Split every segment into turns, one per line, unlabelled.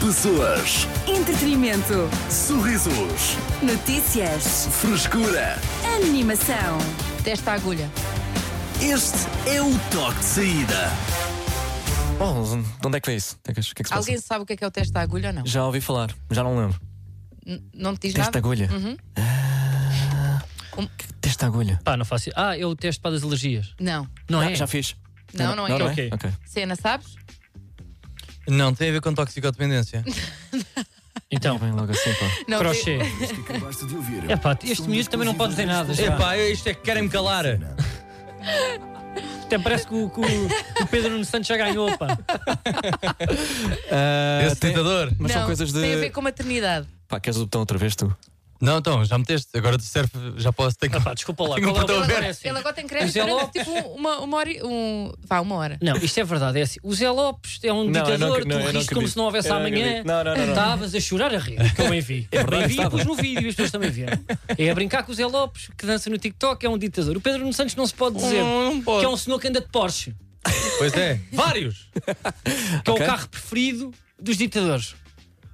Pessoas,
Entretenimento.
sorrisos,
Notícias.
frescura.
Animação.
Testa a agulha.
Este é o toque de saída.
Bom, de onde é que vem isso? O que é que se passa?
Alguém sabe o que é que é o teste da agulha ou não?
Já ouvi falar, já não lembro.
N- Não te diz
Teste
nada?
da agulha. Ah, que- Teste da agulha.
Pá, não faço. Ah, eu testo para as alergias.
Não.
Não
Ah,
é?
Já fiz.
Não, não é.
Não,
Ok.
Ok.
Cena, sabes?
Não, tem a ver com toxicodependência.
Então,
Vem logo assim, pá.
Não,
crochê.
Acabaste de ouvir.
É pá, este miúdo também não pode dizer nada. já.
Epá, eu- isto é que querem-me calar.
Até parece que o, que o- que o Pedro Nuno Santos já ganhou, pá.
Ah,
Esse
tem-
tentador.
Mas
não,
são coisas de.
Tem a ver com maternidade.
Pá, queres o botão outra vez tu?
Não, então, já meteste. Agora te serve, já posso ter que.
Ah, pá, desculpa lá.
Tenho um
Qual é o
botão
problema?
aberto.
É assim.
Ele agora tem crédito
Mas é
durante
logo-
tipo uma, uma hora. e- Um, vá, uma hora.
Não, isto é verdade. É assim. O Zé Lopes é um
não,
ditador. tu
não, eu não
riste como
acredito.
se É, não houvesse
Eu não
amanhã.
acredito. Não, não, não, não.
Estavas a chorar a rir, que eu bem vi. Eu bem
verdade,
vi e
estava.
pus no vídeo e as pessoas também viram. É a brincar com o Zé Lopes, que dança no TikTok, é um ditador. O Pedro Nuno Santos não se pode dizer
Não, não pode.
que é um senhor que anda de Porsche,
Pois é. Vários!
que é
Ok.
o carro preferido dos ditadores.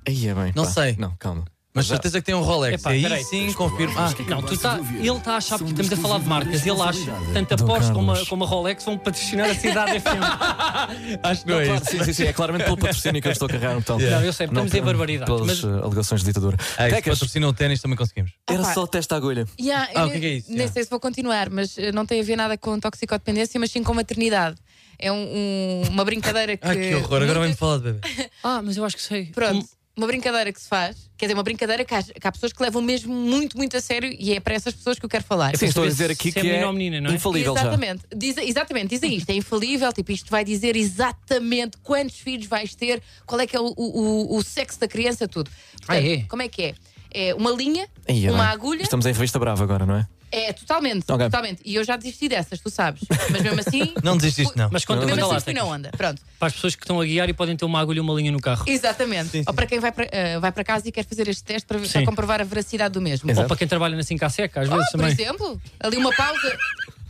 Aí é bem.
Não
pá.
sei.
Não, calma.
Mas certeza que tem um Rolex.
Epá,
Aí
peraí.
sim, confirmo. Ah,
Não, tu tá, ele está a achar, porque estamos a falar de marcas, ele acha tanto a
Dom
Porsche como a,
Carlos.
como a Rolex vão patrocinar a cidade um. FM.
acho que não é
Claro,
isso.
sim, sim, sim. É claramente pelo patrocínio que eu estou a carregar no botão.
Yeah.
Não, eu sei, podemos dizer
pelo-
barbaridade,
Pelas
mas-
eh, alegações de ditadura.
Ah, isso
Tecas,
patrocina o ténis também conseguimos.
era
Opa.
só o teste da agulha.
Yeah,
Ah,
eu
o que é que é isso?
Nem
Yeah.
sei se vou continuar, mas eh, não tem a ver nada com toxicodependência, mas sim com maternidade. É um- um- uma brincadeira que.
Ah, que horror. Agora
muita-
vem-me falar de bebê.
Ah, mas eu acho que sei.
Pronto, uma brincadeira que se faz, quer dizer, uma brincadeira que há, que há pessoas que levam mesmo muito, muito a sério e é para essas pessoas que eu quero falar.
Sim, estou a
saber
dizer
se
aqui
é
que
menino
é
ou menina, não é?
infalível já.
exatamente. Diz, exatamente, dizem isto, é infalível, tipo, isto vai dizer exatamente quantos filhos vais ter, qual é que é o, o- o- o sexo da criança, tudo. Portanto,
Ah, é?
Como é que é? É uma linha,
Aí é
uma
bem.
agulha.
Estamos em revista brava agora, não é?
É, totalmente,
Ok.
totalmente. E eu já desisti dessas, tu sabes. Mas mesmo assim.
Não desististe, não.
Mas conta,
Mesmo
conta
assim
lá.
fui na
Tecas.
onda. Pronto.
Para as pessoas que estão a guiar e podem ter uma agulha e uma linha no carro.
Exatamente. Ou para quem vai para, eh, vai para casa e quer fazer este teste para, para
Sim.
comprovar a veracidade do mesmo.
Exato.
Ou para quem trabalha na 5 à seca, às
Ou,
vezes
Ah, por
também.
exemplo, ali uma pausa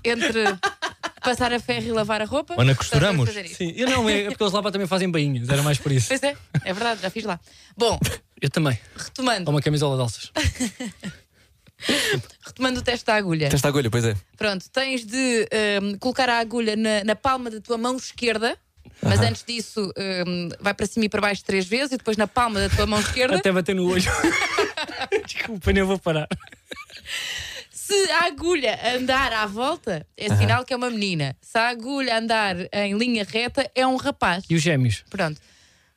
entre passar a ferro e lavar a roupa.
Ou na
Portanto, vamos
costuramos.
fazer isto.
Sim, eu não, é é porque eles lá também fazem bainhas, era mais por isso.
Pois é, é verdade, já fiz lá. Bom,
Eu também. Ou
retomando,
uma camisola de alças.
retomando o teste da agulha.
Teste da agulha, pois é.
Pronto, tens de hum, colocar a agulha na, na palma da tua mão esquerda, mas antes disso hum, vai para cima e para baixo três vezes e depois na palma da tua mão esquerda.
Até bater no olho. Desculpa, nem vou parar.
Se a agulha andar à volta, é sinal que é uma menina. Se a agulha andar em linha reta, é um rapaz.
E os gêmeos?
Pronto.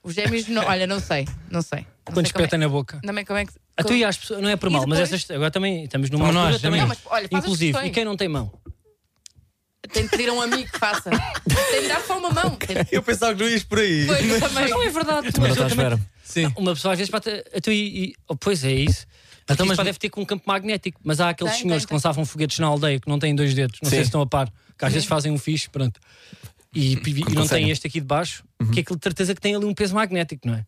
Os gêmeos, não- olha, não sei, não sei. Não
Quando
sei como é-
espeta na boca.
Também como é que.
A tu e às pessoas, não é por
E
mal, mas
depois-
essas, agora também estamos numa
Não, não
altura
há
também.
gêmeos. Não,
mas, olha, faz as
inclusive,
questões.
e quem não tem mão?
Tem de pedir a um amigo que faça. Tem de dar só uma mão. Tem de-
Eu pensava que não ias por aí.
Pois, eu também.
Não é verdade.
Também não está à
Também-
espera.
Sim.
Uma pessoa às vezes bate a tu e. e- oh, pois é isso. Então,
Então,
mas
mas-
deve ter com um campo magnético, mas há aqueles
Tem,
senhores
tem,
que lançavam foguetes na aldeia que não têm dois dedos, não sei
Sim. Uhum.
se estão a par, que às vezes fazem um fixe, pronto, e, e não têm
conseguem.
este aqui de baixo,
Uhum.
que é aquilo de certeza que tem ali um peso magnético, não é?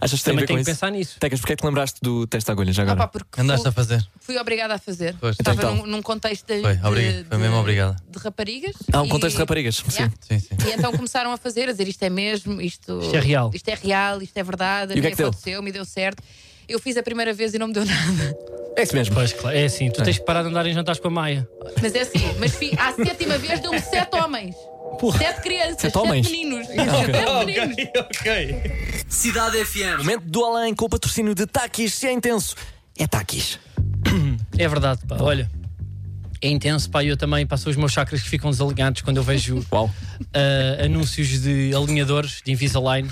Achas que tem a
Também
ver com
tem que
isso?
pensar nisso.
Tecas, porquê é que te lembraste do teste da agulha já
Ah,
agora?
pá, porque
Andaste a
fui,
fazer.
fui obrigada a fazer.
Pois.
Estava
Então.
num, num contexto de,
Foi,
de-
obrigado. Foi mesmo
de-
obrigada.
de raparigas.
Ah, um
e-
contexto de raparigas.
Yeah.
Sim.
Sim, sim.
E então começaram a fazer, a dizer isto é mesmo, isto,
Isto é real.
Isto é real, isto é verdade,
E o que é que deu?
aconteceu, me deu certo. Eu fiz a primeira vez e não me deu nada.
É isso mesmo.
Pois, claro, é assim, tu tens que parar de andar em jantares com a Maia.
Mas é assim, mas fi, à sétima vez deu-me sete homens. Sete crianças,
Sete
sete,
homens? Ah,
meninos. Sete meninos.
Cidade FM.
Momento do além com o patrocínio de Takis, se é intenso. É Takis.
É verdade, pá, olha. É intenso, pá, eu também, pá, são os meus chakras que ficam desalinhados quando eu vejo
Uau.
ah, anúncios de alinhadores de Invisalign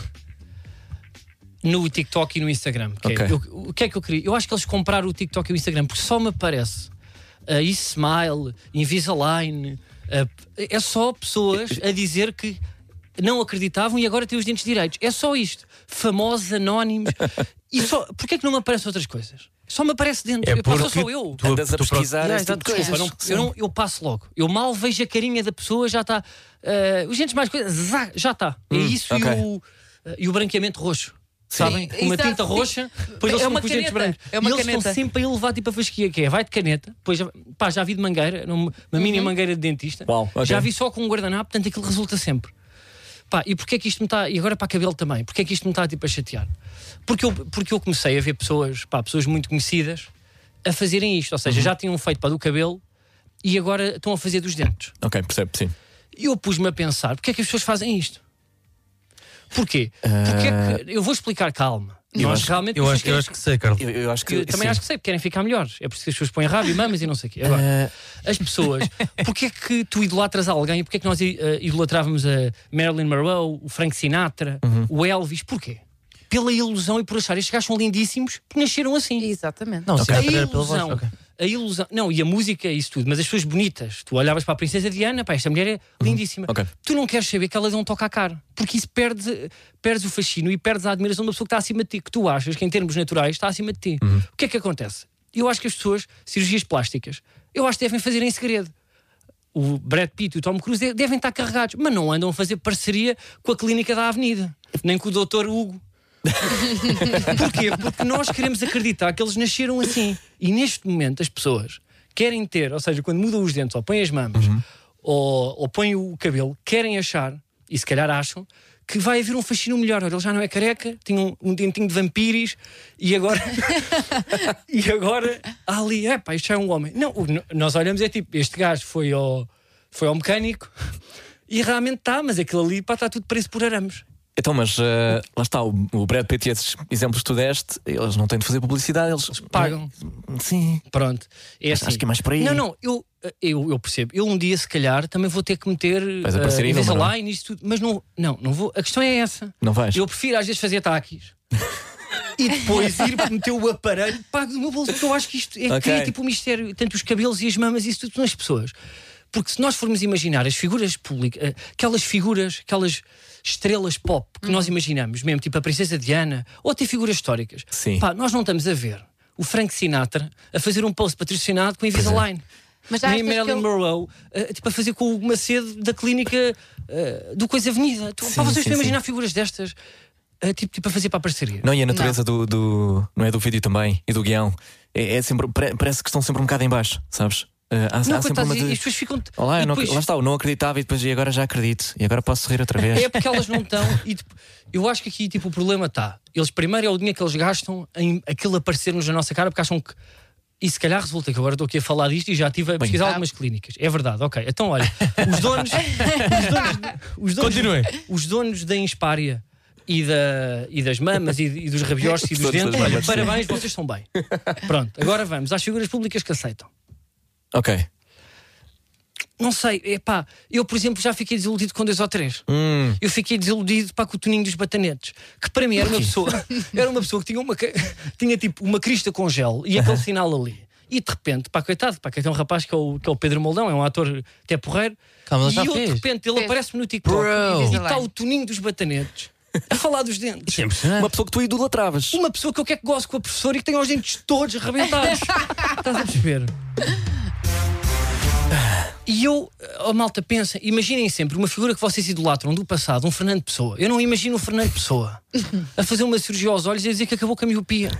no TikTok e no Instagram. que é-
Ok.
eu- o que é que eu queria? Eu acho que eles compraram o TikTok e o Instagram porque só me aparece ah, e Smile, Invisalign. ah, é só pessoas a dizer que não acreditavam e agora têm os dentes direitos. É só isto. Famosos, anónimos. e só. Porquê é que não me aparecem outras coisas? Só me aparece dentro. eu, pá, só sou eu.
tu-
Andas a
tu-
pesquisar
Não,
este tipo
exato,
de coisas.
desculpa, não- eu, não- eu passo logo. Eu mal vejo a carinha da pessoa, já está. eh, os dentes mais coisas, zá, já está. é isso
ok.
e, o, eh, e o branqueamento roxo. Sabem? Com uma
exato,
tinta
sim.
roxa,
É
depois eles ficam
uma
com os dentes
caneta,
brancos.
é uma
e eles
caneta.
estão sempre a elevar tipo a fasquia, que é vai de caneta, depois já- pá, já vi de
Uhum.
mangueira, numa- uma mini mangueira de dentista,
Uau, ok.
já vi só com um guardanapo, portanto aquilo resulta sempre. Pá, e porquê é que isto me está. E agora para cabelo também, porquê é que isto me está tipo, a chatear? Porque eu, porque eu comecei a ver pessoas, pá, pessoas muito conhecidas a fazerem isto. Ou
Uhum.
seja, já tinham feito para do cabelo e agora estão a fazer dos dentes.
Ok, percebo, sim.
E eu pus-me a pensar: porquê é que as pessoas fazem isto? Porquê? Porque é que. Eu vou explicar, calma. Nós realmente.
Ah.
é
Eu
não
acho,
sei
eu
o
acho que sei, Carlos.
Eu, eu acho que.
que- também
sim.
acho que sei, porque querem ficar melhores. É por isso que as pessoas põem rabo e mamas e não sei o quê. Agora,
Ah,
as pessoas, porque é que tu idolatras alguém? Porque é que nós eh, idolatrávamos a Marilyn Monroe, o Frank Sinatra,
Uhum.
o Elvis? Porquê? Pela ilusão e por achar estes gajos são lindíssimos porque nasceram assim.
Exatamente.
Não, se
A
calhar era é pela voz,
ilusão,
ok.
a ilusão, não, e a música e isso tudo, mas as pessoas bonitas. Tu olhavas para a Princesa Diana, pá, esta mulher é
Uhum.
lindíssima.
ok.
Tu não queres saber que ela não toca a cara, porque isso perde, perdes o fascínio e perdes a admiração da pessoa que está acima de ti, que tu achas que em termos naturais está acima de ti.
Uhum.
O que é que acontece? Eu acho que as pessoas, cirurgias plásticas, eu acho que devem fazer em segredo. O Brad Pitt e o Tom Cruise de- devem estar carregados, mas não andam a fazer parceria com a clínica da Avenida, nem com o Dr. Hugo. Porquê? Porque nós queremos acreditar que eles nasceram assim. E neste momento as pessoas querem ter, ou seja, quando mudam os dentes ou põem as mamas ou, ou põem o cabelo, querem achar, e se calhar acham, que vai haver um fascínio melhor. Olha, ele já não é careca, tinha um, um dentinho de vampiris e agora. e agora há ali, é pá, isto já é um homem. Não, o- n- nós olhamos, é tipo, este gajo foi ao, foi ao mecânico. E realmente está, mas aquilo ali pá, está tudo preso por arames.
Então, mas eh, lá está, o, o Brad Pitt e esses exemplos que tu deste, eles não têm de fazer publicidade, eles. Hum,
Pagam.
Sim.
Pronto. É
Mas
assim.
acho que é mais por aí.
Não, não, eu, eu, eu percebo. Eu um dia, se calhar, também vou ter que meter
Vais a
eh,
parceria numa, não é?
Invisalign, isto tudo. Mas não, não, não vou. A questão é essa.
Não vais?
Eu prefiro às vezes fazer taques e depois ir meter o aparelho pago do meu bolso, porque eu acho que isto é,
Ok.
que é tipo um mistério, tanto os cabelos e as mamas e isso tudo nas pessoas. Porque se nós formos imaginar as figuras públicas, eh, aquelas figuras, aquelas estrelas pop que
Uhum.
nós imaginamos, mesmo tipo a Princesa Diana, ou até figuras históricas,
Sim.
pá, nós não estamos a ver o Frank Sinatra a fazer um post patrocinado
é.
com Invisalign.
Mas já
Nem a
achas que
Marilyn
ele-
Monroe, eh, tipo a fazer com o Macedo da clínica eh, do Coisa Avenida. Tu,
Sim,
pá, vocês
sim,
estão a
sim.
imaginar figuras destas, eh, tipo, tipo a fazer para a parceria.
Não, e a natureza Do, do. Não é do vídeo também e do guião. É, é sempre, pare- parece que estão sempre um bocado em baixo, sabes? Eh, há, há sempre
coitados,
uma
e- e
de.
as pessoas ficam.
Olá,
e
eu não-
depois-
lá está, eu não acreditava e depois e agora já acredito. E agora posso rir outra vez.
É porque elas não estão. e tipo, eu acho que aqui tipo, o problema está. Eles primeiro é o dinheiro que eles gastam em aquilo aparecer-nos na nossa cara porque acham que. E se calhar resulta que agora estou aqui a falar disto e já estive a pesquisar algumas clínicas. É verdade, ok. Então, olha, os donos. os donos, os donos
Continuem.
Os donos da Inspária e, da, e das mamas e, e dos rabiós e dos
Todas as
dentes. Olha,
mamas, sim.
parabéns, vocês estão bem. Pronto, agora vamos às figuras públicas que aceitam.
Ok.
Não sei, epá, eu, por exemplo, já fiquei desiludido com dois ou três.
Hum.
Eu fiquei desiludido pá, com o Toninho dos Batanetes, que para mim era uma pessoa, era uma pessoa que tinha, uma, ca- tinha tipo uma crista com gel e aquele sinal ali. E de repente, pá, coitado, pá, que é um rapaz que é o, que é o Pedro Moldão, é um ator até porreiro.
Calma, ele
e
já
eu,
fez.
de repente, ele
Fez.
aparece-me no TikTok
Bro.
e está o Toninho dos Batanetes a falar dos
é
dentes.
Uma pessoa que tu idolatravas.
Uma pessoa que eu quero que gosto com a professora e que tenha os dentes todos arrebentados. Estás a perceber? E eu, oh, malta, pensa, imaginem sempre uma figura que vocês idolatram do passado, um Fernando Pessoa. Eu não imagino o Fernando Pessoa a fazer uma cirurgia aos olhos e a dizer que acabou com a miopia.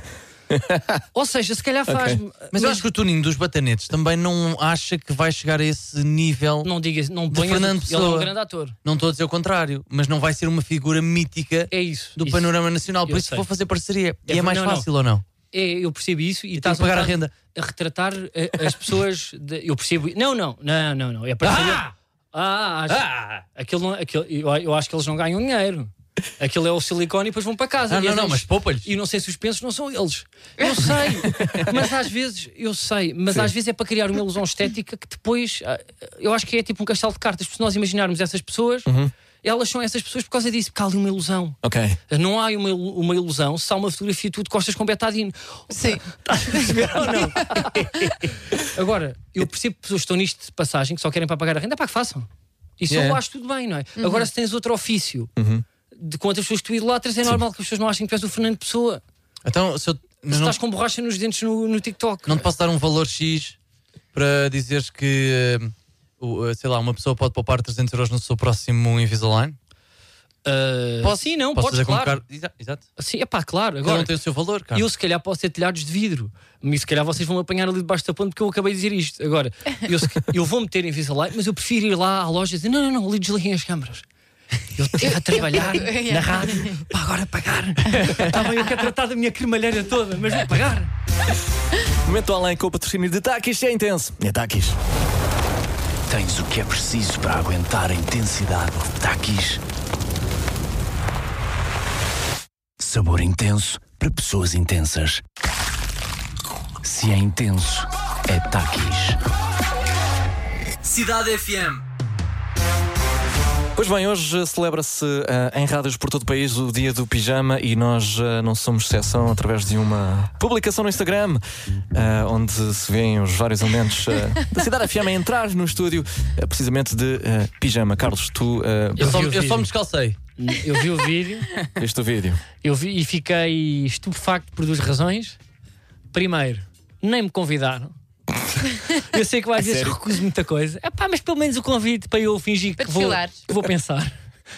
Ou seja, se calhar faz-me.
Mas eu acho que o Toninho dos Batanetes também não acha que vai chegar a esse nível.
Não digas, não
De
ponhas.
Fernando
Ele é um
Pessoa.
grande ator.
Não estou a dizer o contrário, mas não vai ser uma figura mítica
É isso.
do
isso.
panorama nacional. Por
Eu
isso
sei.
vou fazer parceria.
É
e é
ver-
mais
não, não.
fácil ou não?
É, eu percebo isso e
Tem
estás
que
um
pagar a
bocado
renda.
a retratar eh, as pessoas. de- eu percebo. Não, não, não, não, não. É para ah! Ah, acho, aquilo não, aquilo, eu, eu acho que eles não ganham dinheiro. Aquilo é o silicone e depois vão para casa.
Ah,
E
não,
às
não, mas
vezes-
poupa-lhes.
E eu não sei se os pensos não são eles. Eu sei, mas às vezes, eu sei, mas às vezes é para criar uma ilusão estética que depois, ah, eu acho que é tipo um castelo de cartas. porque Se nós imaginarmos essas pessoas,
Uhum.
elas são essas pessoas por causa disso, porque há ali uma ilusão.
Ok.
Não há uma, ilu- uma ilusão se há uma fotografia tu de costas com betadine.
Sim.
Ou não? Agora, eu percebo que pessoas que estão nisto de passagem que só querem para pagar a renda, pá, que façam. Isso eu
Yeah.
acho tudo bem, não é? Agora, se tens outro ofício
Uhum.
de quantas pessoas tu idolatras, é normal que as pessoas não achem que tu és o Fernando Pessoa.
Então, se eu
Se
não,
estás com borracha nos dentes no, no TikTok.
não te posso dar um valor X para dizeres que, hum, o, eh, sei lá, uma pessoa pode poupar 300 euros no seu próximo Invisalign?
Ah, sim, não,
Posso
podes,
fazer
claro.
com que... Então, Exa- Exato.
Sim, é pá, claro.
Agora
Agora,
não tem o seu valor, cara.
eu se calhar posso ter telhados de vidro. E se calhar vocês vão me apanhar ali debaixo da ponte porque eu acabei de dizer isto. Agora, eu, se- eu vou meter em Invisalign, mas eu prefiro ir lá à loja e dizer: não, não, não, ali desliguem as câmaras. Eu estive a trabalhar
Eu-
na rádio para agora pagar. Estava eu que a tratar da minha cremalheira toda, mas vou pagar.
Momento além com o patrocínio de Takis, isto é intenso. É Takis.
Tens o que é preciso para aguentar a intensidade de Takis. Sabor intenso para pessoas intensas. Se é intenso, é Takis.
Cidade FM.
Pois bem, hoje eh, celebra-se eh, em rádios por todo o país o Dia do Pijama e nós eh, não somos exceção através de uma publicação no Instagram eh, onde se vêem os vários elementos eh, da Cidade FM a entrar no estúdio eh, precisamente de eh, pijama. Carlos, tu eh,
Eu só,
vi o
eu só
vídeo.
me descalcei.
Eu vi o vídeo
viste o vídeo.
eu vi, e fiquei estupefacto por duas razões. Primeiro, nem me convidaram. Eu sei que eu às vezes recuso muita coisa. Epá, mas pelo menos o convite para eu fingir
Para
que vou,
desfilares.
que vou pensar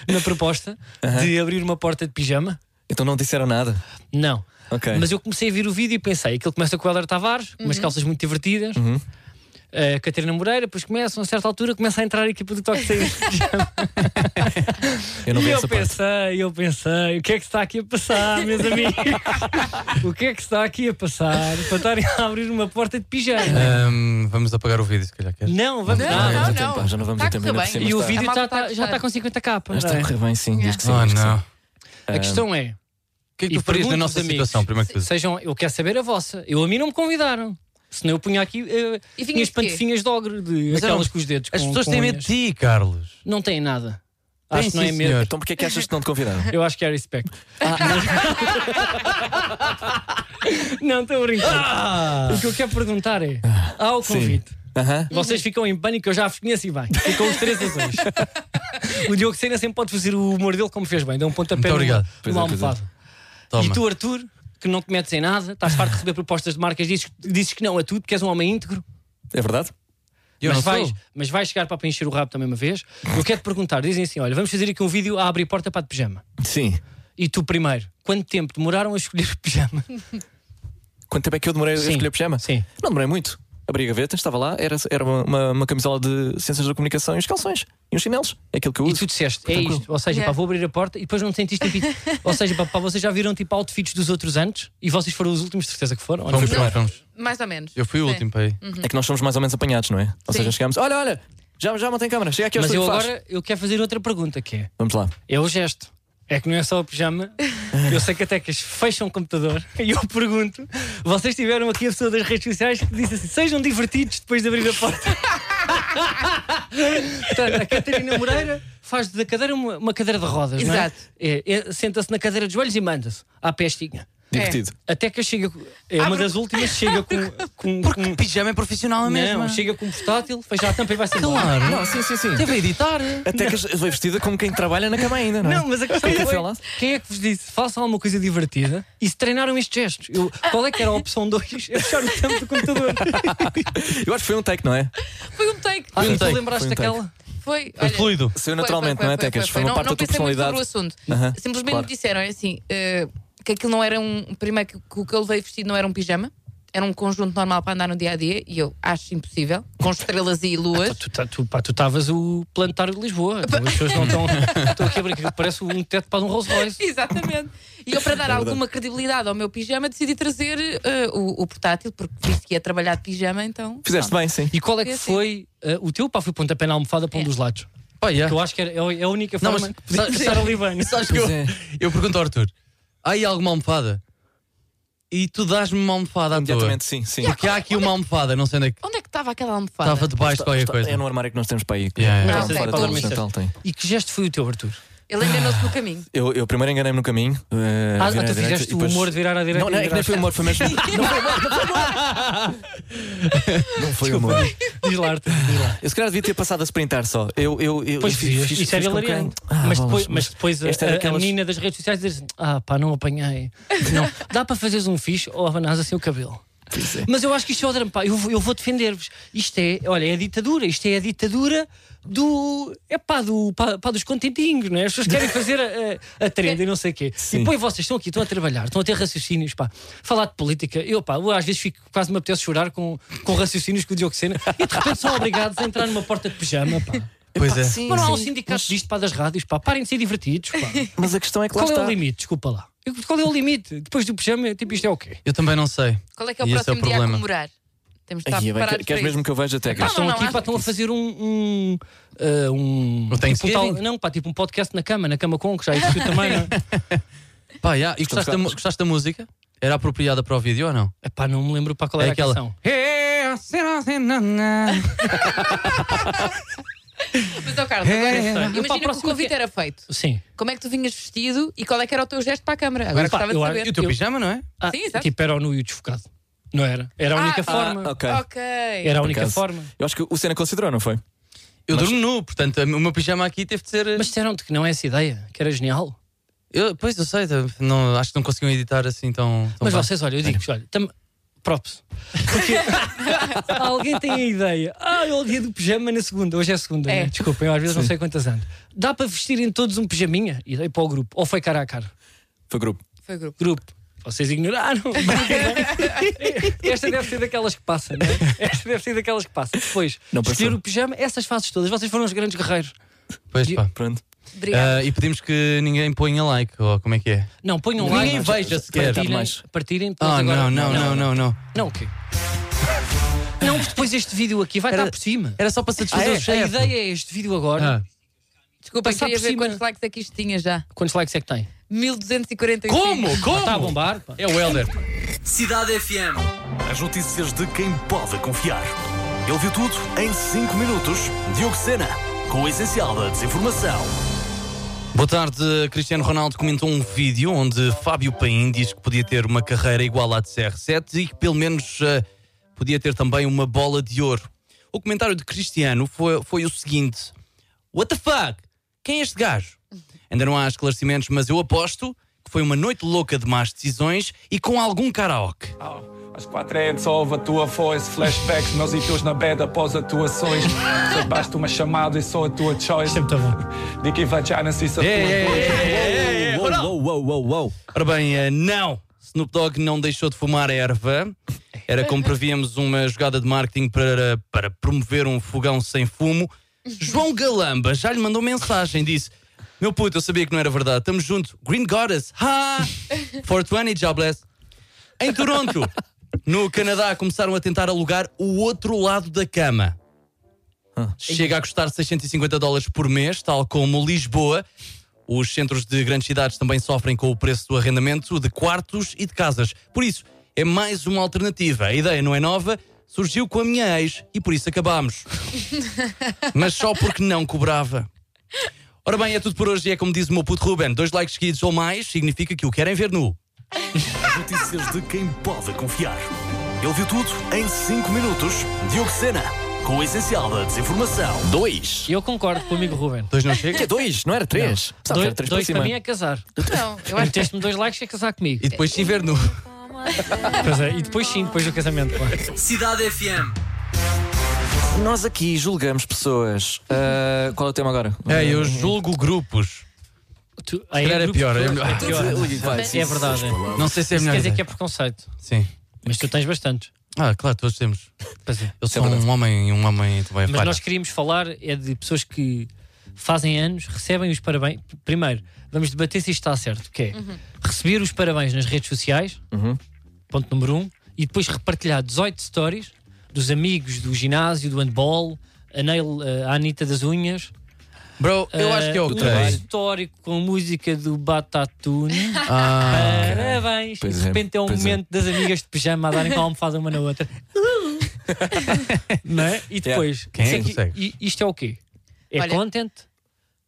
na proposta de abrir uma porta de pijama.
Então não disseram nada.
Não.
Ok.
Mas eu comecei a ver o vídeo e pensei: aquilo começa com o Helder Tavares, umas
Uhum.
calças muito divertidas, eh, Catarina Moreira, depois começam, a certa altura começa a entrar a equipa do Toque Saída.
Eu não
E
vi
eu
essa parte.
pensei, eu pensei, o que é que está aqui a passar, meus amigos? o que é que está aqui a passar para estarem a abrir uma porta de pijama?
É. Ahm, Ehm, vamos apagar o vídeo, se calhar. queres?
Ah, Não, vamos
Não,
lá.
já,
não,
tem,
não.
pá, já não É, vamos
Tá
a
a
tempo
correr
ainda por
bem.
cima
E o
está-
vídeo
A malta
já, tá-
está
já está com 50k.
Mas tá está a correr bem, sim. Diz que sim,
Ah,
Oh,
diz que sim.
não.
é? A questão é,
O que é que
E
tu farias na
pergunto-vos,
nossa
amigos,
situação, primeira coisa?
sejam, eu quero saber a vossa. Eu a mim não me convidaram. Senão eu punha aqui eh,
E vinhas
minhas
de quê?
pantefinhas de ogre, de
Mas
aquelas
eram-
com os dedos.
As
com-
pessoas
com
têm
unhas.
medo de ti, Carlos.
Não têm nada.
Têm,
Acho que não é
sim,
medo.
senhor.
Então porquê é que achas que não te convidaram?
Eu acho que é respect. Mas- não, estou a brincar. O que eu quero perguntar é: há o convite.
Aham.
Vocês ficam em pânico, eu já vos conheço e bem. Ficam os três azuis. o Diogo Sena sempre pode fazer o humor dele como fez bem, deu um pontapé
Muito
numa-
obrigado.
Pois
numa
é, pois é.
almofada.
Toma.
E tu, Arthur, que não te metes em nada, estás farto de receber propostas de marcas, dizes, dizes que não a tudo, porque és um homem íntegro.
É verdade?
Eu
mas,
não sou.
vais, mas vais chegar para preencher o rabo também uma vez. Eu quero te perguntar: dizem assim, olha, vamos fazer aqui um vídeo a abrir porta para de pijama.
Sim.
E tu primeiro, quanto tempo demoraram a escolher o pijama?
Quanto tempo é que eu demorei
Sim.
a escolher pijama?
Sim.
Não demorei muito. Abri a gaveta, estava lá, era, era uma- uma, uma camisola de ciências da comunicação e os calções. E os chinelos. É aquilo que eu
E
uso.
tu disseste, é
Tranquilo.
isto. Ou seja,
Yeah.
pá, vou abrir a porta e depois não te sentiste tipo. Ou seja, pá, pá, vocês já viram tipo outfits dos outros antes e vocês foram os últimos, de certeza que foram. ou não?
Fomos, fomos, fomos.
Mais ou menos.
Eu fui o
Sim.
último para aí.
É que nós somos mais ou menos apanhados, não é? Ou
Sim.
seja, chegámos. Olha, olha, já, já mantém câmara, chega aqui ao
Mas eu
estúdio, faz.
agora eu quero fazer outra pergunta que é:
Vamos lá.
é o gesto. É que não é só o pijama. Eu sei que até que as fecham o computador e eu pergunto: vocês tiveram aqui a pessoa das redes sociais que disse assim: sejam divertidos depois de abrir a porta. Portanto, a Catarina Moreira faz da cadeira uma, uma cadeira de rodas, não é?
Exato.
É, é, Senta-se na cadeira de joelhos e manda-se à pestinha.
Divertido.
Até que eu chego. É uma das últimas, chega com. com, com
Ah, Pijama é profissional
não, chega com um portátil, fecha a tampa e vai-se embora.
Claro.
Não, sim, sim, sim.
Teve a editar.
Até que as- foi vestida como quem trabalha na cama ainda, não é?
Não, mas a questão
Quem é que
foi,
foi lá?
quem é que vos disse façam alguma coisa divertida e se treinaram este gesto? Eu- qual é que era a opção 2? É fechar o tampo do computador.
Eu acho que foi um take, não é?
Foi um take.
Ah,
um
tu
take,
lembraste
Ah, foi um take.
daquela?
Foi.
É
olha,
fluido.
Saiu
foi,
naturalmente,
foi,
não é,
foi,
Tecas?
foi,
Foi
foi.
uma
Não-
parte da tua
Não
personalidade.
pensei muito sobre o assunto.
Aham.
Simplesmente
Claro.
me disseram assim: eh, que aquilo não era um. Primeiro, que, que o que eu levei vestido não era um pijama, era um conjunto normal para andar no dia a dia, e eu acho impossível, com estrelas e luas.
Tu tá- tu- pá, tu estavas o planetário de Lisboa. Então As pessoas não estão. Estou aqui a brincar. Parece um teto para um Rolls Royce.
Exatamente. E eu, para
É
dar alguma credibilidade ao meu pijama, decidi trazer eh, o, o portátil, porque disse que ia trabalhar de pijama, então.
Fizeste bem, sim.
E qual é que
Foi assim.
foi ah, o teu? Pá, foi pontapé na almofada para um
É.
dos lados.
Pá,
Que
yeah.
eu acho que era, é a- é a única
Não,
forma
mas-
de poder estar ali bem.
Sabes que eu,
Pois é.
eu pergunto ao Arthur: há aí alguma almofada? E tu dás-me uma almofada à toa.
Imediatamente, sim, sim.
Porque há aqui uma almofada, não sei onde é que
Onde é que estava aquela almofada?
estava debaixo de qualquer coisa.
É no armário que nós temos para aí.
Yeah, yeah.
Não,
Ah,
fora
ok.
do
Para
dormir
hospital, tem.
E que gesto foi o teu, Arthur?
Ele enganou-se no caminho.
Eu, eu primeiro enganei-me no caminho. eh,
Ah,
virei à direita
tu fizeste
e
o
depois-
humor de virar à direita.
Não, não, é que nem foi humor, foi mesmo. Não foi humor, não foi humor. Não foi humor.
Diz lá, Arthur, diz lá.
Eu se calhar devia ter passado a sprintar só. Eu, eu, eu,
Depois
eu
fiz, isso era
com quem?
hilariante.
Ah, bolas,
mas, depois, mas depois a,
esta era
a- a
aquelas-
menina das redes sociais diz assim: Ah, pá, não apanhei. Não, dá para fazeres um fixe ou abanás assim o cabelo.
Pois é.
Mas eu acho que isto é outra. Pá, eu, vou- eu vou defender-vos. Isto é, olha, é a ditadura. Isto é a ditadura do. É pá, do, pá, pá, dos contentinhos, não é? As pessoas querem fazer a, a, a trend e não sei o quê.
Sim.
E depois vocês estão aqui, estão a trabalhar, estão a ter raciocínios, pá. Falar de política. Eu, pá, eu às vezes fico, quase me apetece chorar com, com raciocínios com o Diogo Sena e de repente são obrigados a entrar numa porta de pijama, pá.
Pois é.
sim,
Mas não há um
sim.
sindicato disto para das rádios, pá. Parem de ser divertidos, pá.
Mas a questão é que lá
Qual é
está.
o limite? Desculpa lá. Qual é o limite? Depois do pijama, tipo, isto é o quê?
Eu também não sei.
Qual é que é o
E esse é o
próximo dia a
problema.
comemorar? Temos de estar
Ai, é bem,
preparados
queres
para isso.
mesmo que eu veja até
Pá, estão
não, é
aqui,
não,
pá, estão a fazer um. um, ah, um
O
tipo, um tal,
Thanksgiving.
não, pá, tipo um podcast na cama, na cama com, que já existiu também, não é?
Pá, yeah, E gostaste da, mu- gostaste da música? Era apropriada para o vídeo ou não?
Epá, não me lembro para qual era
É aquela.
a canção.
Mas, ó, Carlos, agora,
é, é. Eu para a
imagina que o
próxima
convite
que-
era feito.
Sim.
Como é que tu vinhas vestido e qual é que era o teu gesto para a câmara? Agora
Pá,
gostava de
eu-
saber.
eu-
teu pijama, não é?
Ah,
Sim, exato.
tipo, era o nu e o desfocado. Não era? Era é a única
Ah,
forma.
Ah, ok.
Ok.
Era a
Por
única
acaso.
forma.
Eu acho que o Senna considerou, não foi?
Eu durmo nu, portanto a- o meu pijama aqui teve de ser. eh,
Mas disseram-te que não é essa ideia, que era genial.
Eu- pois eu sei, tá, não, acho que não conseguiam editar assim tão. tão
Mas
bem.
vocês, olha, eu digo-vos, olha, tam... props. Porque alguém tem a ideia. Ah, é o dia do pijama na segunda. Hoje é segunda,
É.
né? desculpem, eu às vezes não sei quantas anos. Dá para vestirem todos um pijaminha e dei para o grupo. Ou foi cara a cara?
Foi grupo.
Foi grupo.
Grupo. Vocês ignoraram. Esta deve ser daquelas que passam, não é? Esta deve ser daquelas que passam. Depois,
Não passou.
escolher o pijama, essas fases todas. Vocês foram os grandes guerreiros.
Pois, pá.
Pronto.
Obrigada.
Ah, e pedimos que ninguém ponha like, ou como é que é?
Não, ponham lá.
Ninguém veja sequer.
Tá
Partilhem,
mais.
partilhem depois
Ah,
agora.
não, não, não, não, não.
Não, o quê? Não, porque depois este vídeo aqui vai
Era-
estar por cima.
Era só para satisfazer
a
o chefe.
ideia é este vídeo agora.
Ah.
Desculpa,
passar
queria
por
ver
cima.
quantos likes é que isto tinha já.
Quantos likes é que tem?
1245.
Como? Como?
Está Tá a bombar. pá.
É o Helder.
Cidade FM.
As notícias de quem pode confiar. Ele viu tudo em 5 minutos. Diogo Sena, com o essencial da desinformação.
Boa tarde. Cristiano Ronaldo comentou um vídeo onde Fábio Paim diz que podia ter uma carreira igual à de CR7 e que pelo menos eh, podia ter também uma bola de ouro. O comentário de Cristiano foi, foi o seguinte: What the fuck? Quem é este gajo? Ainda não há esclarecimentos, mas eu aposto que foi uma noite louca de más decisões e com algum karaoke.
Às quatro é de sova a tua voz, flashbacks, meus e teus na bed após atuações. Só basta uma chamada e só a tua choice.
Sempre está bom.
Dick e Vaginas, isso é a tua.
Uou, uou, uou, uou, uou.
Ora bem, eh, não! Snoop Dogg não deixou de fumar erva. Era como prevíamos uma jogada de marketing para, para promover um fogão sem fumo. João Galamba já lhe mandou mensagem, disse: Meu puto, eu sabia que não era verdade. Tamo junto. Green Goddess, ha! 420, jobless. Em Toronto, no Canadá, começaram a tentar alugar o outro lado da cama. Chega a custar 650 dólares por mês, tal como Lisboa. Os centros de grandes cidades também sofrem com o preço do arrendamento de quartos e de casas. Por isso, é mais uma alternativa. A ideia não é nova, surgiu com a minha ex e por isso acabámos. Mas só porque não cobrava. Ora bem, é tudo por hoje e é como diz o meu puto Ruben: dois likes seguidos ou mais significa que o querem ver nu.
Notícias de quem pode confiar. Ele viu tudo em 5 minutos. Diogo Sena, com o essencial da desinformação.
Dois.
E eu concordo com o amigo Ruben.
Dois não
Que é
chega?
dois? Não era três? Sabe,
Dois,
era três
dois
para
para
cima.
mim é casar.
Não, eu acho que
Meteste-me dois likes é casar comigo.
E depois sim ver nu.
Pois é, e depois sim, depois do casamento. claro.
Cidade FM.
Nós aqui julgamos pessoas. Ah, qual é o tema agora?
É, eu julgo grupos.
Tu-
Se calhar é
grupo-
pior, é melhor.
É pior.
Ui, vai, sim,
É verdade. é.
Não sei se é
Isso
melhor.
quer dizer que é
ideia.
preconceito.
Sim.
Mas tu tens bastantes.
Ah, claro, todos temos.
Pois é.
Eu sou um homem, um homem também
Mas
falha.
nós queríamos falar é de pessoas que fazem anos, recebem os parabéns. P- Primeiro, vamos debater se isto está certo, que é receber os parabéns nas redes sociais,
Uhum.
ponto número um, e depois repartilhar 18 stories dos amigos do ginásio, do handball, a, Neil, eh, a Anitta das unhas.
Bro, eu
eh,
acho que é o
um
três.
histórico com a música do Batatune.
Ah,
Parabéns!
Pois
e de
é,
repente é um
pois é.
momento das amigas de pijama a darem com a almofada uma na outra. não é? E depois,
Quem é
isso
que
aqui-
consegue?
i- isto é o quê? É
Olha,
content?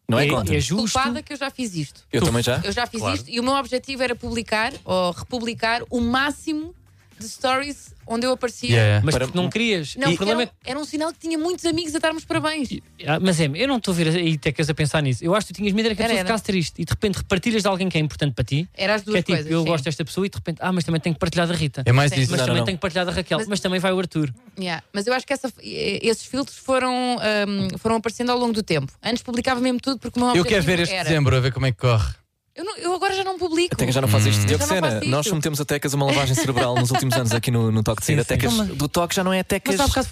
Não é conta.
É justo?
culpada que eu já fiz isto.
Eu também já.
Eu já fiz
Claro.
isto e o meu objetivo era publicar ou republicar o máximo de stories onde eu aparecia.
yeah.
Mas
Para-
porque não querias.
Não,
E
porque
o problema
era, um- era um sinal que tinha muitos amigos a darmos parabéns.
é que- Ah, mas é, eu não estou a ver aí tecas a pensar nisso. Eu acho que tu tinhas medo era que a
Era,
pessoa
era.
ficasse triste e de repente repartilhas de alguém que é importante para ti.
Era as duas
que é tipo,
coisas.
eu
sim.
gosto desta pessoa e de repente, ah, mas também tenho que partilhar da Rita.
É mais
Sim.
isso.
Mas
Não,
também
não,
tenho que partilhar da Raquel,
Mas-
mas, também vai o Arthur.
Yeah, Mas eu acho que essa- esses filtros foram, ahm, foram aparecendo ao longo do tempo. Antes publicava mesmo tudo porque o meu
Eu quero
objetivo
ver este
era.
dezembro, a ver como é que corre.
Eu, não- eu agora já não publico.
Até que já não faz isto. Diogo
já não
Sena,
faço isto.
nós submetemos a Tecas a uma lavagem cerebral nos últimos anos aqui no, no Toque de Saída. Tecas do Toque já não é Tecas.
bocado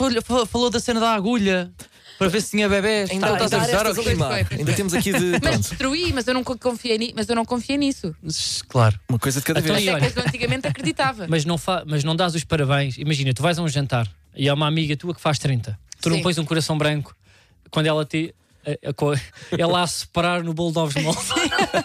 falou, da cena da agulha.
para ver se tinha bebés.
Ainda,
Tá,
ainda,
estás a
há
gozar,
estas
ok?
ali, má.
Pois foi, pois
ainda temos aqui de.
Mas
Pronto,
destruí, mas eu não co- confiei, ni- mas eu não confiei nisso.
Claro.
uma coisa de cada
Então,
vez.
e
Até
olha-
que eu antigamente acreditava.
Mas não, fa- mas não dás os parabéns. Imagina, tu vais a um jantar e há uma amiga tua que faz 30. Tu não
Sim.
pões um coração branco quando ela te. a- a co- Ela a separar no bolo de ovos moles.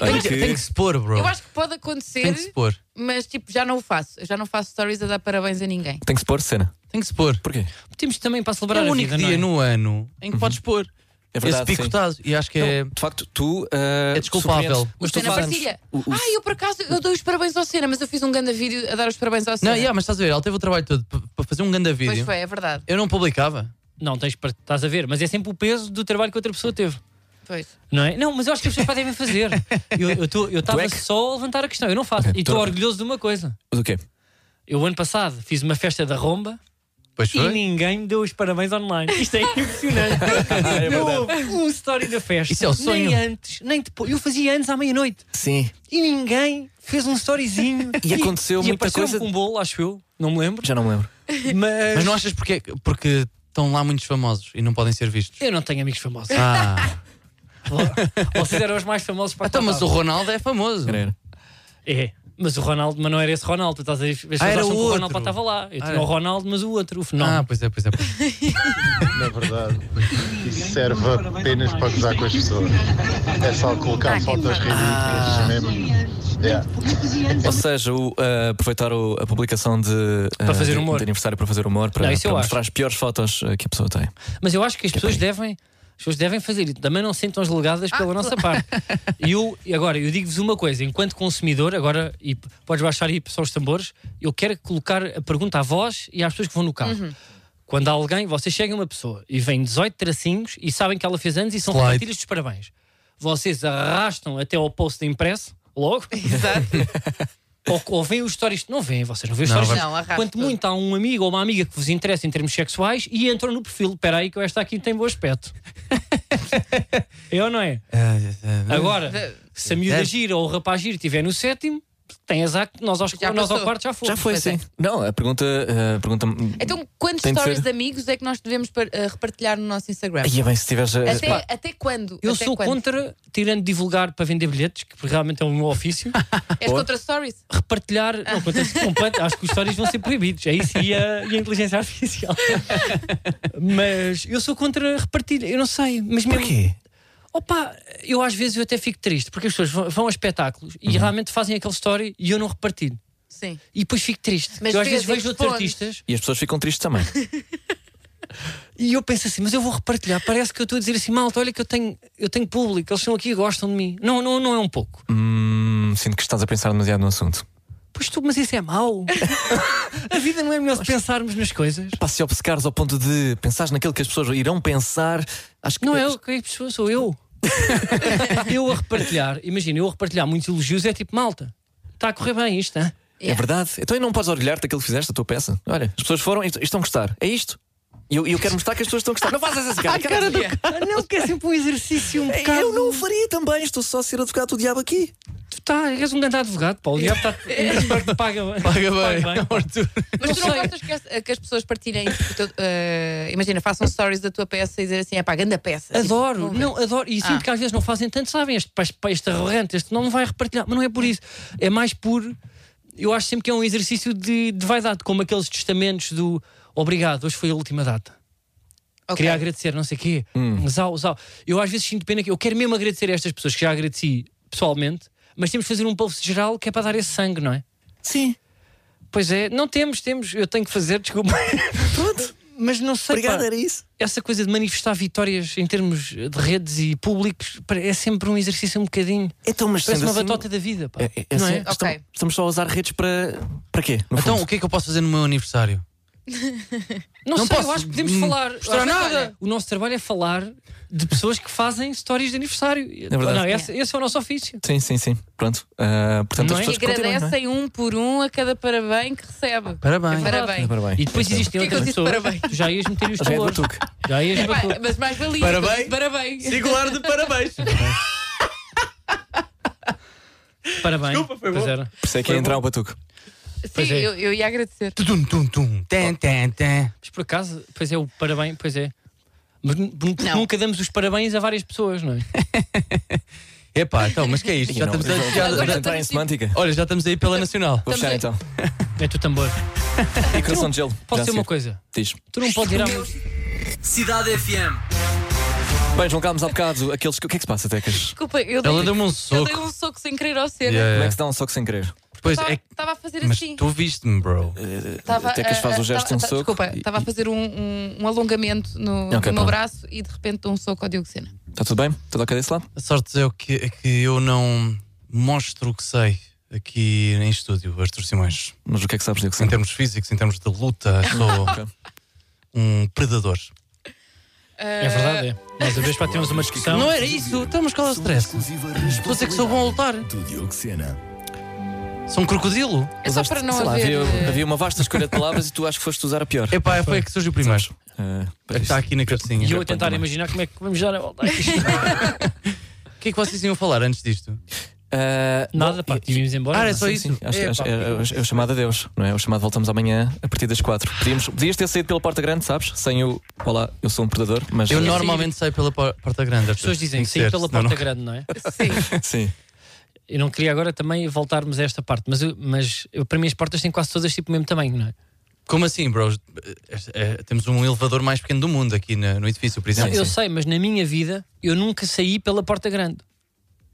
Olha
Tem que, tem que se pôr, bro.
Eu acho que pode acontecer,
Tem que se pôr.
mas tipo, já não o faço. Eu já não faço stories a dar parabéns a ninguém.
Tem que se pôr cena.
Tem que se pôr.
Porquê?
Temos também para
É
celebrar
o
a
único
vida, não
dia
é?
no ano em que podes pôr
Uhum. É
esse
verdade. sim. Então,
picotado. E acho que é.
De facto, tu. eh,
É desculpável.
surpreendes.
O
tu
Senna
fazes-
partilha.
o- o-
Ah, eu por acaso eu dou os parabéns ao Senna, mas eu fiz um grande vídeo a dar os parabéns ao Senna.
Não, yeah, mas estás a ver, ela teve o trabalho todo p- para fazer um grande
Pois
vídeo.
foi, é verdade.
Eu não publicava.
Não, tens, par- estás a ver, mas é sempre o peso do trabalho que outra pessoa teve.
Pois.
Não, é? não, mas eu acho que as pessoas pá, devem fazer. Eu eu tô- eu estava
é que-
só a levantar a questão, eu não faço.
Ok,
e estou
tô-
orgulhoso de uma coisa.
Do quê?
Eu, ano passado, fiz uma festa da romba
Pois
e
foi.
ninguém me deu os parabéns online. Isto é impressionante. não houve um story da festa.
Isso é o sonho.
Nem antes, nem depois. Eu fazia antes à meia-noite
Sim.
e ninguém fez um storyzinho.
E aconteceu
e
muita
apareceram-me
coisa-
com um bolo, acho eu, não me lembro.
Já não me lembro.
Mas,
Mas não achas porque, porque estão lá muitos famosos e não podem ser vistos?
eu não tenho amigos famosos.
Ah,
Vocês eram os mais famosos para
então, mas o
contar.
Ronaldo é famoso.
Era.
É, mas o Ronaldo, mas não era esse Ronaldo. Tu estás a ver, as pessoas
Ah, era
acham
o
que o Ronaldo
outro.
estava lá. Eu
Ah,
tinha
era.
o Ronaldo, mas o outro, o
Ah,
fenómeno.
pois é, pois é. pois é.
Na verdade, isso serve apenas para gozar com as pessoas. É só colocar fotos ridículas mesmo. Yeah.
Ou seja, o, eh, aproveitar o- a publicação de, eh,
Para fazer
de-
humor.
de aniversário para fazer humor, para,
Não, isso eu
para
acho.
mostrar as piores fotos eh, que a pessoa tem.
Mas eu acho que as pessoas devem. As pessoas devem fazer e também não se sintam julgadas pela nossa parte. E eu, e agora, eu digo-vos uma coisa: enquanto consumidor, agora, e p- podes baixar aí só os tambores, eu quero colocar a pergunta à voz e às pessoas que vão no carro. Quando alguém, vocês chegam a uma pessoa e vem 18 tracinhos e sabem que ela fez anos e são
Slide.
repetidas dos parabéns, vocês arrastam até ao post de impresso, logo,
Exato.
ou, ou veem os stories. Não veem, vocês não veem os
Não,
stories.
vai- Não, arrastam.
Quanto muito há um amigo ou uma amiga que vos interessa em termos sexuais e entram no perfil. Espera aí, que esta aqui tem bom aspecto. é ou não é? Agora,
É.
se a miúda
Deve.
gira ou o rapaz gira e estiver no sétimo, tem azar que nós, aos,
Já
nós ao
passou.
quarto já fomos.
Já foi,
Pois
sim.
é.
Não, a pergunta. eh, a pergunta
Então, quantos
Tem de
stories
ser.
de amigos é que nós devemos par- eh, repartilhar no nosso Instagram?
Ia bem, se tiveres. eh,
Até,
pá,
até quando?
Eu
Até
sou
quando?
contra, tirando divulgar para vender bilhetes, que realmente é o meu ofício,
És contra stories?
repartilhar. Não, conta-se completo. Acho que os stories vão ser proibidos. É isso e a, e a inteligência artificial. mas eu sou contra repartilha. Eu não sei. Mas mesmo,
Porquê?
Opa, eu às vezes eu até fico triste porque as pessoas vão, vão a espetáculos e realmente fazem aquele story e eu não repartilho.
Sim.
E depois fico triste.
Mas
eu às
vês
vezes
e
vejo outros
respondes.
artistas
E as pessoas ficam tristes também.
e eu penso assim, mas eu vou repartilhar. Parece que eu estou a dizer assim, malta, olha que eu tenho, eu tenho público, eles estão aqui e gostam de mim. Não, não, não é um pouco.
Hum, sinto que estás a pensar demasiado no assunto.
Pois tu, mas isso é mau. a vida não é melhor se pensarmos nas coisas.
Pá, se obcecares ao ponto de pensares naquilo que as pessoas irão pensar, acho que.
Não é o que é a pessoa, sou eu. eu a repartilhar, imagina, eu a repartilhar muitos elogios é tipo, malta, está a correr bem isto, hein?
É verdade. Então aí não podes orgulhar-te daquilo que fizeste, da tua peça. Olha, as pessoas foram e est- estão a gostar. É isto. E eu, e eu quero mostrar que as pessoas estão a gostar. Não fazes essa cara. cara do-
Não, que é sempre um exercício um bocado.
Eu não o faria também. Estou só a ser advogado do diabo aqui.
Tu tá, és um grande advogado, Paulo. O diabo tá- espero que paga bem.
Paga bem, Arthur.
Mas tu não gostas que, as- que as pessoas partilhem? tipo, o teu, eh, imagina, façam stories da tua peça e dizer assim: é pá, ganda peça.
Adoro, não, adoro. E sinto
Ah.
que às vezes não fazem tanto, sabem? Este, pá, pá, este arrogante, este não vai repartilhar. Mas não é por isso. É mais por. Eu acho sempre que é um exercício de, de vaidade, como aqueles testamentos do obrigado, hoje foi a última data.
Ok.
Queria agradecer, não sei o quê.
Hum.
Zau, zau. Eu às vezes sinto pena que eu quero mesmo agradecer a estas pessoas que já agradeci pessoalmente, mas temos de fazer um povo geral que é para dar esse sangue, não é?
Sim.
Pois é, não temos, temos, eu tenho que fazer, desculpa. Pronto. Mas não sei.
Obrigado,
pá,
era isso.
essa coisa de manifestar vitórias em termos de redes e públicos pá, é sempre um exercício um bocadinho.
Então, mas
Parece
sendo
uma
assim,
batota da vida, pá.
é- é- é
não
assim,
é?
estam-
Ok.
Estamos só a usar redes para. Para quê? No
Então,
fundo?
o que é que eu posso fazer no meu aniversário?
Não,
Não
sei,
posso,
eu acho que podemos
hum,
falar.
mostrar
Olha,
nada.
O nosso trabalho é falar de pessoas que fazem histórias de aniversário.
verdade.
Não, esse, esse é o nosso ofício.
Sim, sim, sim. Pronto. Ah, portanto,
Não
as
é?
pessoas
E
continuam, não é?
agradecem um por um a cada parabéns que recebe. É
Parabéns.
Parabéns.
Parabéns.
E depois existem
Porquê que eu
outras
disse
pessoas.
parabéns?
Tu já ias meter os
Já é do
valores.
Tuque.
Já ias
Epá,
meter-
mas mais valia.
Parabéns.
Parabéns.
Singular de parabéns.
Parabéns. Desculpa, foi
bom.
Pois era.
Por isso é que é entrar o um batuque.
Pois
Sim,
é.
eu, eu ia agradecer.
Tum, tum, tum. Tan, tan, tan.
Mas por acaso, pois é, o parabéns, pois é. Mas nu- porque
Não.
nunca damos os parabéns a várias pessoas, não é?
Epá, então, mas que é isto? Já
Não,
estamos a-
vamos-
já-
vamos
já-
entrar em semântica.
Olha, já estamos aí pela Nacional.
Vou fechar
aí.
então.
É tu tambor.
E coração de gelo.
Posso
já
dizer
a
uma
seguir.
coisa?
Diz.
Tu não podes ir à.
Cidade FM.
Bem, João Carlos, há bocado, aqueles. que- O que é que se passa, Tecas?
Desculpa, eu dei,
Ela deu-me um
eu dei
soco.
um soco sem querer ao ser.
Yeah,
Como é
yeah.
que se dá um soco sem querer?
Pois
Estava
é, que-
estava a fazer
mas
assim.
tu viste-me, bro.
Tava,
Tecas faz
ah,
o
ah,
gesto de um
tava-
soco.
Desculpa, estava a fazer um, um, um alongamento no, no
Ok,
meu
pronto.
braço e de repente dou um soco ao Diogo Sena.
Está tudo bem? Tudo ok desse lado?
A sorte é o que, é que eu não mostro o que sei aqui em estúdio, Artur Simões.
Mas o que é que sabes de que
Em termos físicos, em termos de luta, sou um predador.
É
Eh,
verdade, é. Nós a vez pá, tivemos uma discussão.
Eh, Não era isso, Então, estamos com é o stress. Estou a dizer que sou bom a lutar. Sou um crocodilo.
É só para não
Sei lá,
haver.
havia,
eh,
havia uma vasta escolha de palavras e tu acho que foste usar a pior.
Epá, foi a que surgiu primeiro.
Eh,
A É que está aqui na cabecinha.
E eu a tentar imaginar como é que vamos dar a volta. a isto.
O que é que vocês iam falar antes disto?
eh,
Nada, pá, tivemos embora.
Ah, é
não
só
sei.
isso?
Acho, que-
Epá,
acho- é, é- é o chamado a Deus, não é? O chamado voltamos amanhã a partir das quatro. Podíamos, podias ter saído pela porta grande, sabes? Sem o. Olá, eu sou um predador, mas.
Eu normalmente saio pela por- porta grande.
As pessoas dizem que saí pela porta grande, não é?
Sim,
Sim.
Eu não queria agora também voltarmos a esta parte, mas, eu- mas eu- para mim as portas têm quase todas tipo o mesmo tamanho, não é?
Como assim, bro? Este- é, temos um elevador mais pequeno do mundo aqui na- no edifício, por exemplo.
eu sei, mas na minha vida eu nunca saí pela porta grande.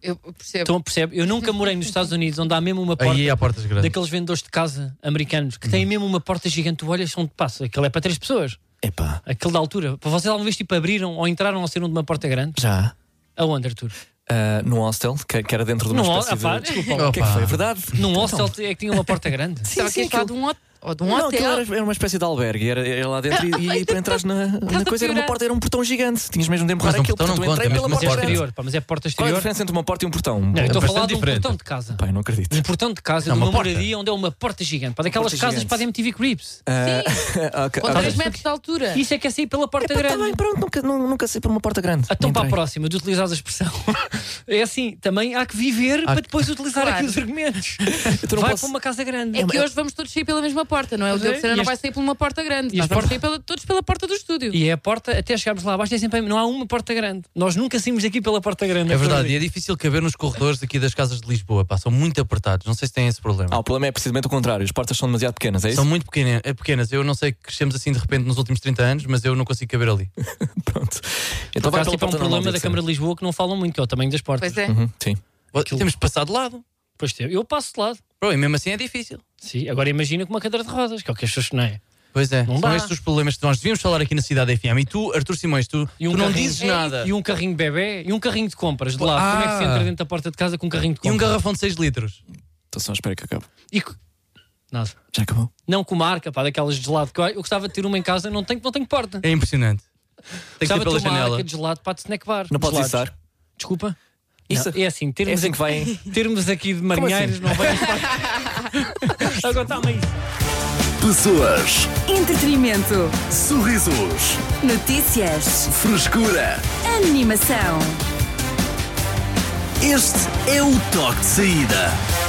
eu percebo.
Então percebe? Eu nunca morei nos Estados Unidos onde há mesmo uma porta
Aí é. Uhum. há portas grandes.
daqueles vendedores de casa americanos que têm mesmo uma porta gigante. Tu olhas são de passo, aquele é para três pessoas,
Epá,
aquele da altura. Para vocês alguma vez tipo abriram ou entraram ao ser um de uma porta grande?
já.
Aonde, Arthur?
Eh, num hostel, que, que era dentro de uma
Num ho-
espécie de.
ah, pá, desculpa.
O que é que foi? É verdade?
Num hostel é que tinha uma porta grande.
Estava aqui
sim,
a falar de um, hot- ou de um
não, aquilo
hotel.
era, era uma espécie de albergue, era, era lá dentro e, e para entrares na, na
a
coisa era uma
piorar.
porta, era um portão gigante. Tinhas mesmo de empurrar
Mas um
aquilo,
portão não
portanto eu
conta,
entrei
mas-
pela
mas
Mas é
porta grande.
exterior, pá, mas é porta
Qual é a
exterior.
diferença entre uma porta e um portão?
Não, eu estou a falar
bastante
de um
diferente.
portão de casa.
Pai, não acredito.
Um portão de casa
Não,
de uma,
uma porta.
moradia onde é uma porta gigante, pá, daquelas
porta
casas
gigante.
para a MTV Creeps.
Ah, ok,
Com
ok.
3 metros de altura.
Isso é que é sair pela porta
Epá, tá
grande.
bem, pronto, nunca, nu- nunca saí por uma porta grande.
Então
Nem
para a
entrei.
próxima, de utilizar a expressão. É assim, também há que viver para depois utilizar
Claro.
aqui os argumentos.
Então não
Vai
posso-
para uma casa grande.
É que hoje vamos todos sair pela mesma porta, não é? O
Pois é,
Diogo Sena
e
não
este-
vai sair por uma porta grande.
e
Nós
este
vamos
porta-
sair pela- todos pela porta do estúdio.
E é a porta, até chegarmos lá abaixo, é sempre, não há uma porta grande. Nós nunca saímos daqui pela porta grande.
É verdade, e
por
é
aí.
difícil caber nos corredores aqui das casas de Lisboa, pá, são muito apertados, não sei se têm esse problema.
Ah, o problema é precisamente o contrário, as portas são demasiado pequenas, é isso?
são muito pequena- é, pequenas, eu não sei que crescemos assim de repente nos últimos 30 anos, mas eu não consigo caber ali.
Pronto.
Por
Então vai pela
acaso, tipo, há um
porta normal,
problema da
deve ser.
Câmara de Lisboa que não falam muito, que é o tamanho das portas.
Pois é.
Uhum, Sim.
Temos de passar de lado,
Pois tem. Eu passo de lado.
Bro, e mesmo assim é difícil.
Sim, agora imagina com uma cadeira de rodas, que é o que as pessoas não é.
Pois é,
Não
são
dá.
estes os problemas que nós devíamos falar aqui na Cidade FM. E tu, Artur Simões, tu,
E um
tu não
carrinho.
dizes nada.
E um carrinho de bebê e um carrinho de compras de lado. Como é que se
Ah.
entra dentro da porta de casa com um carrinho de
E um
compras?
garrafão de 6 litros.
Estou só à espera que acabe.
E co- Nada.
Já acabou?
Não com marca, pá, daquelas de gelado. Que eu eu gostava de ter uma em casa, não tenho, não tenho porta.
É impressionante. Tem que ser
Gostava
pela
de ter uma
janela.
marca de gelado para de snack bar.
Não podes
Gelados.
içar?
Desculpa.
Isso-
Não, é assim,
É
termos,
assim que assim? vai, hein?
termos aqui de marinheiros não vem. Agora está-me isso.
Pessoas,
Entretenimento.
sorrisos,
Notícias.
frescura.
Animação.
Este é o toque de saída.